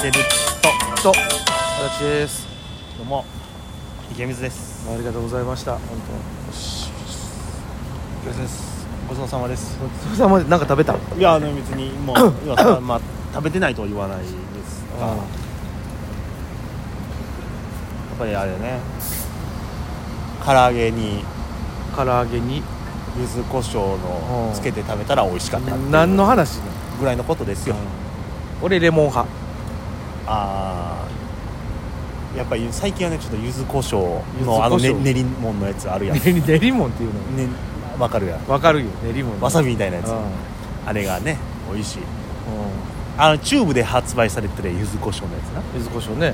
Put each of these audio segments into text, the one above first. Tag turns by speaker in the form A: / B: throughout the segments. A: セルと
B: と私です
A: どうも池水です
B: ありがとうございました本当
A: 池水ですごちそうさまです
B: ごちそうさまでなんか食べた
A: いやあの別に もう今さまあ食べてないとは言わないですがやっぱりあれね唐揚げに
B: 唐揚げに
A: 柚子胡椒
B: う
A: の
B: ん
A: つけて食べたら美味しかったっていう
B: 何の話ね
A: ぐらいのことですよ、
B: 俺レモン派
A: ああやっぱり最近はねちょっと柚子胡椒
B: 柚子
A: のあの、ね、
B: 胡椒
A: 練り物のやつあ るやん、ね、
B: 練り 練りもんっていうの
A: わかるやん
B: わかるよ練りもん
A: わさ
B: び
A: びみたいなや
B: う
A: つ
B: んうん
A: あれがね美味しいあのチューブで発売されてる柚子胡椒のやつな、
B: 柚子胡椒ね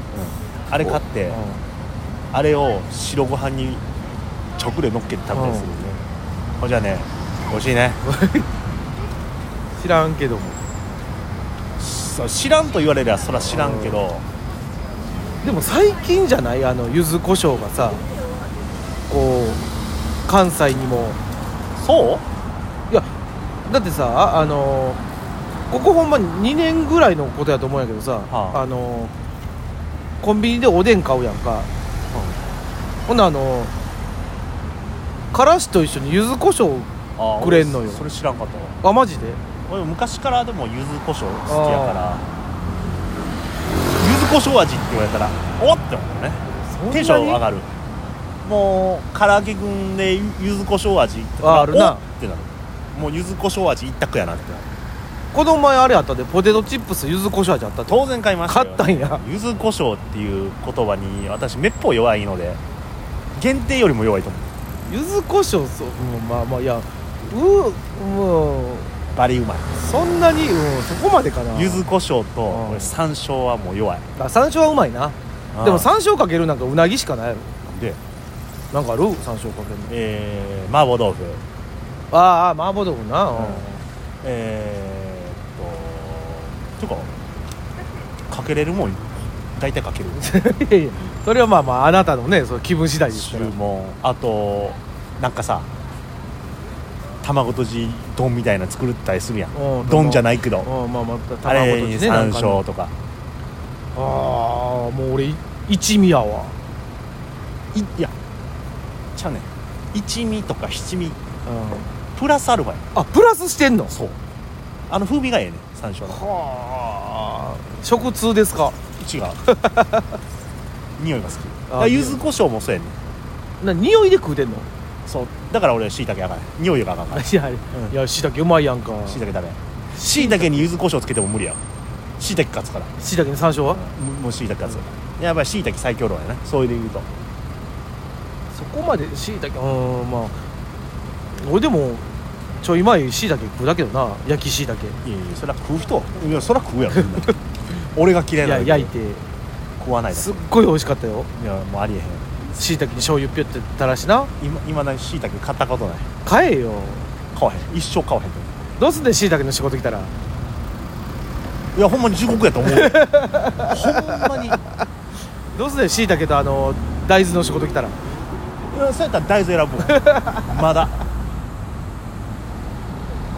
A: あれ買ってあれを白ご飯に直で乗っけて食べたりするねほんじゃね美味しいね
B: 知らんけども
A: そう知らんと言われりゃそら知らんけど
B: でも最近じゃないあの柚子胡椒がさこう関西にも
A: そう
B: いやだってさあのここほんま2年ぐらいのことやと思うんやけどさ、
A: はあ
B: あのコンビニでおでん買うやんかほなあのからしと一緒に柚子胡椒
A: あー
B: くれんのよ
A: 俺それ知らんかったわ
B: あマジで
A: 俺昔からでも柚子胡椒好きやから柚子胡椒味って言われたらおっって思うねテンション上
B: る
A: がるもう唐揚げ軍で柚子胡椒味って
B: ああるな
A: おっってなるもう柚子胡椒味一択やなってなる
B: この前あれあったでポテトチップス柚子胡椒味あったって
A: 当然買いましたよ
B: 買ったんや
A: 柚子胡椒っていう言葉に私めっぽう弱いので限定よりも弱いと思う
B: 柚子胡椒そう、うん、まあまあいやうもう
A: バリうまい
B: そんなに、うん、そこまでかな
A: 柚子胡椒と
B: ん
A: 俺山椒はもう弱い
B: あ山椒はうまいなでも山椒かけるなんかうなぎしかないやろ
A: うんで
B: なんかある山椒かけるの
A: えー、麻婆豆腐
B: ああ麻婆豆腐な、うん
A: えー、っとてかかけれるもん大体か ける
B: いやいやそれはまあまああなたのねその気分次第ですか
A: 注
B: ら
A: 文あとなんかさ卵とじ丼みたいな作ったりするやん
B: うん
A: 丼じゃないけど
B: うんまあまた
A: あ
B: 卵
A: れ
B: とじ
A: に
B: ね
A: 山
B: なんかね
A: 椒とか
B: ああもう俺い一味やわ
A: いいやちゃうねん一味とか七味
B: うん
A: プラスアルファやね
B: あプラスしてんの
A: んそうあの風味がええねん山椒の
B: はあ食通ですか
A: 違う 匂いが好きだか
B: あ
A: ら柚子胡椒もそうやねん
B: な匂いで食うてんの
A: そうだから俺は椎茸あかんねん匂いがあかんから
B: いやあれ
A: うん
B: いやしいたけうまいやんか
A: 椎茸ダメ椎茸に柚子胡椒つけても無理や椎茸勝つから
B: しいたけに山椒は
A: ももう椎茸勝つ、やっぱり椎茸最強論やなそういうで言うと
B: そこまでしいたけうんまあ俺でもちょい前しいたけ食うだけどな焼きしいたけ
A: いやいやそりゃ食う人いやそりゃ食うやろみんな 俺が嫌い
B: い
A: な
B: や
A: の
B: 焼いて
A: 食わないです
B: すっごい美味しかったよ
A: いやもうありえへん
B: しいたけに醤油ピュッて垂らしな
A: 今今だに椎茸買ったことない
B: 買えよ
A: 買わへん一生買わへんと思
B: どうすんねんしいたけの仕事来たら
A: ういやほんまに地獄やと思うほんまにい
B: どうすんねんしいたけとあの大豆の仕事来たら
A: やそうやったら大豆選ぶわまだ、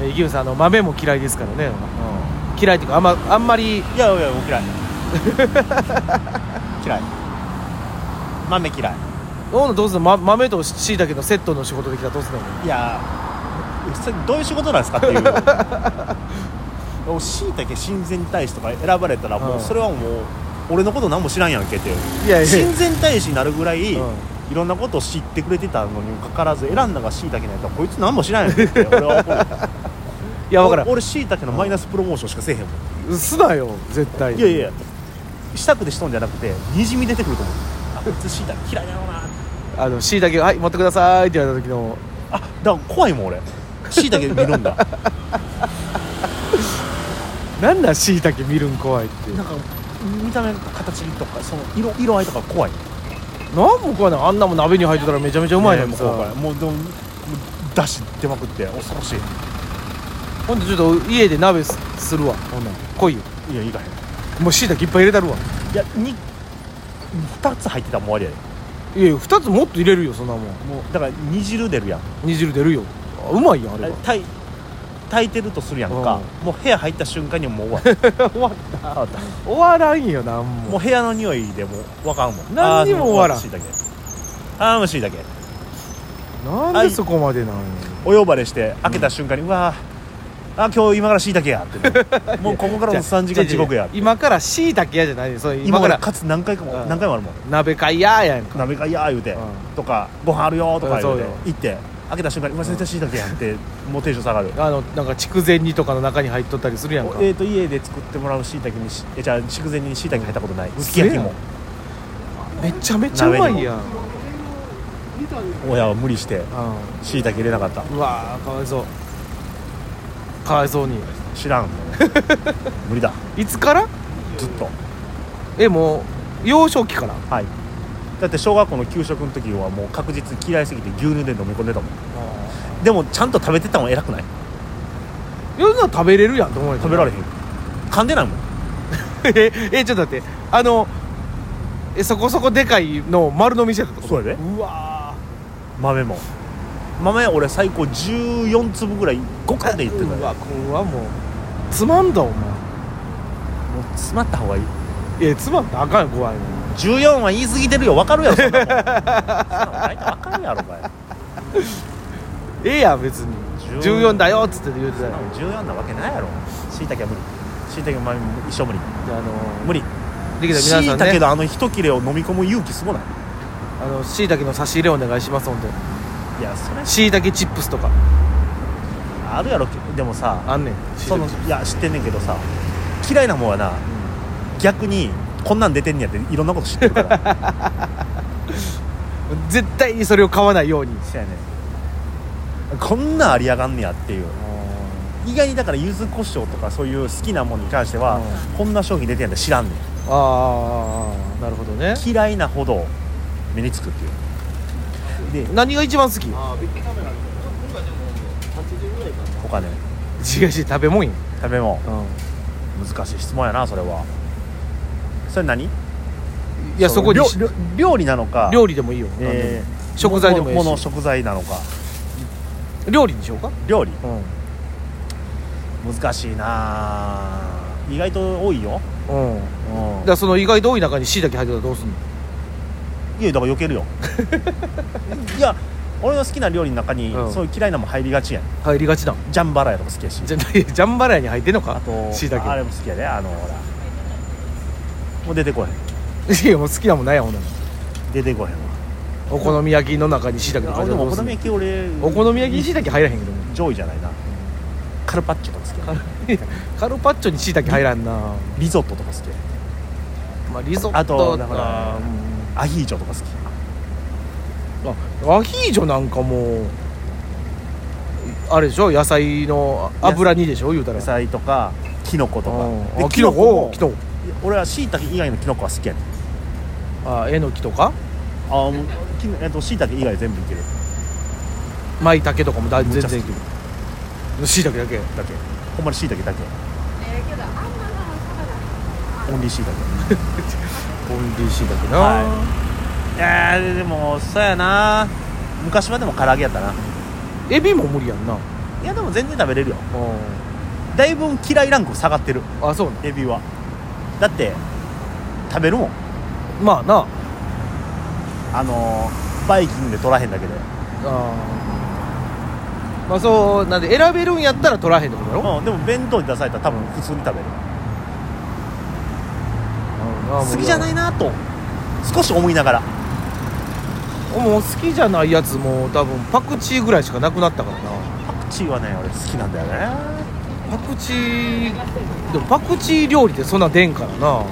B: え池上さんあの豆も嫌いですからね
A: う
B: 嫌いっていうかあん,、まあんまり
A: ん、いやいやもう嫌い嫌い豆嫌い
B: どうのどうすんの、ま、豆としいたけのセットの仕事できたらどうすんの
A: いやーそれどういう仕事なんですかっていうしいたけ親善大使とか選ばれたらも
B: う
A: うんそれはもう俺のこと何も知らんやんけっていう
B: いやいや
A: 親善大使になるぐらい、
B: うん
A: いろんなことを知ってくれてたのにもかかわらず選んだがしいたけのやったらこいつ何も知らんやんけって俺は怒る
B: いや分から
A: 俺しいたけのマイナスプロモーションしかせえへんもん、
B: んすなよ絶対
A: いやいやしたくてしとんじゃなくてにじみ出てくると思うあこいつしいたけ嫌いだろうな
B: あのしいたけはい持ってくださいって言われた時の
A: あだから怖いもん俺しいたけ見るん だ
B: なんなんしいたけ見るん怖いって
A: なんか見た目形とかその色色合いとか怖い
B: なんも怖いなあんなもん鍋に入ってたらめちゃめちゃうまいのに
A: ね
B: さ、
A: もうこうこうもうでももう出汁出まくって恐ろしい
B: ほんでちょっと家で鍋すするわほんなら来いよ
A: いやいいかへん
B: もうしいたけいっぱい入れたるわ
A: いやに2つ入ってたらもうありやで
B: いやいや2つもっと入れるよそんなもん
A: もうだから煮汁出るやん
B: 煮汁出るよあうまいよあれ
A: あれ
B: は
A: タイ炊いてるとするやんか、もう部屋入った瞬間にもう 終わっ
B: 終わったた
A: わ った
B: 終わらんよなんも
A: もう部屋の匂いでもうわかんもん
B: 何にも終わらん
A: あーであーもう椎茸
B: なんでそこまでなんよ
A: お呼ばれして開けた瞬間に、うわーあ今日今からしいたけやってなるもうここからの3時間地獄やって
B: 今からしいたけやじゃないよそれ
A: 今
B: 今
A: か
B: からら
A: かつ何回かも
B: うん
A: 何回もあるもん
B: 鍋かいややんか
A: 鍋がいやー言うて、
B: う
A: とかご飯あるよーとか言うて
B: そうよ
A: 行って開けた瞬間にうわ絶対しいたけやんってもうテンション下がる
B: あのなんか筑前煮とかの中に入っとったりするやんか
A: えー、と家で作ってもらうしいたけにしえじゃあ筑前煮にしいたけ入ったことないすき焼きも
B: めちゃめちゃうまいやん
A: 親は無理して
B: う
A: しいたけ入れなかった
B: んうわーかわいそうかわいそうに
A: 知らん無理だ
B: いつから
A: ずっと
B: えもう幼少期から
A: はいだって小学校の給食の時はもう確実に嫌いすぎて牛乳で飲み込んでたもんでもちゃんと食べてたもん偉くない
B: いろんな食べれるやんと思うよ
A: 食べられへん噛んでないもん
B: え えちょっと待ってあのえそこそこでかいのを丸飲みしてたってこと
A: そうやで
B: うわー
A: 豆も豆俺最高14粒ぐらい5缶でいってたよも
B: う
A: う
B: わこれはもうつまんだお前
A: 詰まった方がいい
B: いやつまんだあかんよ怖いの
A: 14は言い過ぎてるよ分かるやろそんなもんそんなもん大体分かるやろお前
B: ええやん別に
A: 14
B: 14だよっつって言うてたよ
A: 14なわけないやろしいたけは無理しいたけは一生無理
B: であの
A: 無理
B: できたら
A: し
B: 皆
A: い
B: さ
A: た
B: ん
A: け
B: ね
A: のあの一切れを飲み込む勇気すごない
B: あのしいたけの差し入れお願いしますほんで
A: いやそれ
B: しいたけチップスとか
A: あるやろでもさ
B: あんねん
A: そのいや知ってんねんけどさ嫌いなもんはな逆にこんなん出てんねやっていろんなこと知ってる から
B: 絶対にそれを買わないように
A: そうやねんこんなんありやがんねやっていう意外にだから柚子胡椒とかそういう好きなものに関しては
B: う
A: こんな商品出てんやって知らんねん
B: ああなるほどね
A: 嫌いなほど目につくっていうで
B: 何が一番好き
A: 他ね
B: 違う違う食べ物や
A: 食べ物
B: うん
A: 難しい質問やなそれはそれ何い
B: いやそこにし
A: 料料理なのか
B: 料理でもいいよ何で
A: え
B: も
A: ー
B: 食材でもいいし
A: もの食材なのか
B: 料理にしようか
A: 料理
B: うん
A: 難しいな意外と多いよ、
B: うん
A: うん
B: だからその意外と多い中にしいたけ入ってたらどうすんの
A: いやだから避け るよいや俺の好きな料理の中に、
B: うん
A: そういう嫌いなもん入りがちやん
B: 入りがちだ
A: ジャンバラヤとか好きや し
B: じゃジャンバラヤに入ってんのか
A: あと
B: しいたけ
A: あれも好きやであのほらもう出てこへん
B: いやもう好きなもんないやんほんなら
A: 出てこへんわ
B: お好み焼きの中にしいたけとか
A: あ
B: 入っ
A: で
B: てたら
A: も
B: ど
A: お好
B: うすんの
A: み焼き俺
B: お好み焼きにしいたけ入らへん けども
A: 上位じゃないなカルパッチョとか好きや
B: カルカルパッチョにしいたけ入らんな、
A: リゾットとか好きや
B: まあ、リゾット
A: あとだから
B: あ
A: アヒージョとか好き
B: ーうんあアヒージョなんかもうあれでしょ野菜のあ油煮でしょ言うたら
A: 野菜とかキノコと
B: うん
A: かで
B: あキノコ
A: キ
B: キ
A: ノコも
B: ノコ
A: 俺はしいたけ以外のキノコは好きやねん
B: あえのきとか
A: あもうきえっとしいたけ以外全部いける
B: 舞茸とかもだ全
A: むっちゃ
B: 然いけるしいたけだけ
A: だけほんまにしいたけだけオンリーしいたけ
B: オンリーしいたけ
A: い
B: な、
A: やーでもそうやな昔はでも唐揚げやったな
B: エビも無理やんない
A: やでも全然食べれるよだいぶん嫌いランク下がってる
B: あそうな
A: エビはだって食べるもん
B: まあな
A: あのーバイキングで取らへんだけで
B: あーまあそうなんで選べるんやったら取らへんってことだろ、
A: うん、でも弁当に出されたら多分普通に食べる好きじゃないいなと少し思いながら
B: もう好きじゃないやつも多分パクチーぐらいしかなくなったからな
A: パクチーはね俺好きなんだよね
B: パクチーでもパクチー料理ってそんな出んからな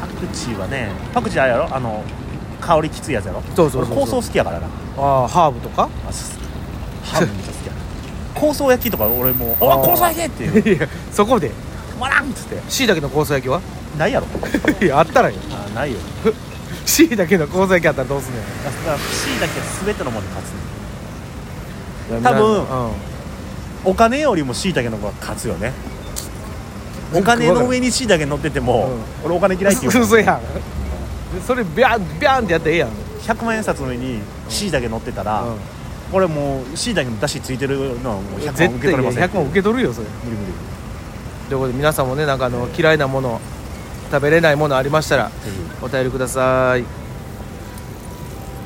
A: パクチーはねパクチーあれやろあの香りきついやつやろ
B: そうそうそうそう
A: 俺香草好きやからな
B: あーハーブとか
A: あそうハーブめっちゃ好きや 香草焼きとか俺もう「お
B: あー
A: 前香草焼き!」って言う
B: いやそこで
A: 「止まらん!」っつって
B: しいたけの香草焼きは
A: ないやろ
B: いやあったらよ
A: あーないよ
B: しいたけの香草焼きあったらどうすんねん
A: だからしいだけ全てのものに勝つね多分
B: うん
A: お金よりもしいたけの方が勝つよねお金の上にしいたけ乗ってても、
B: う
A: 俺お金嫌いって言うもん
B: 嘘やんそれビャンビャンってやったらええやん、
A: 100万円札の上にしいたけ乗ってたら、
B: うん
A: これもうしいたけのだしついてるのはもう100万受
B: 絶
A: け取
B: 対
A: れません
B: 100万受け取るよそれ
A: 無理無理
B: ということで皆さんもねなんかあの嫌いなもの食べれないものありましたら
A: ぜひ
B: お便りください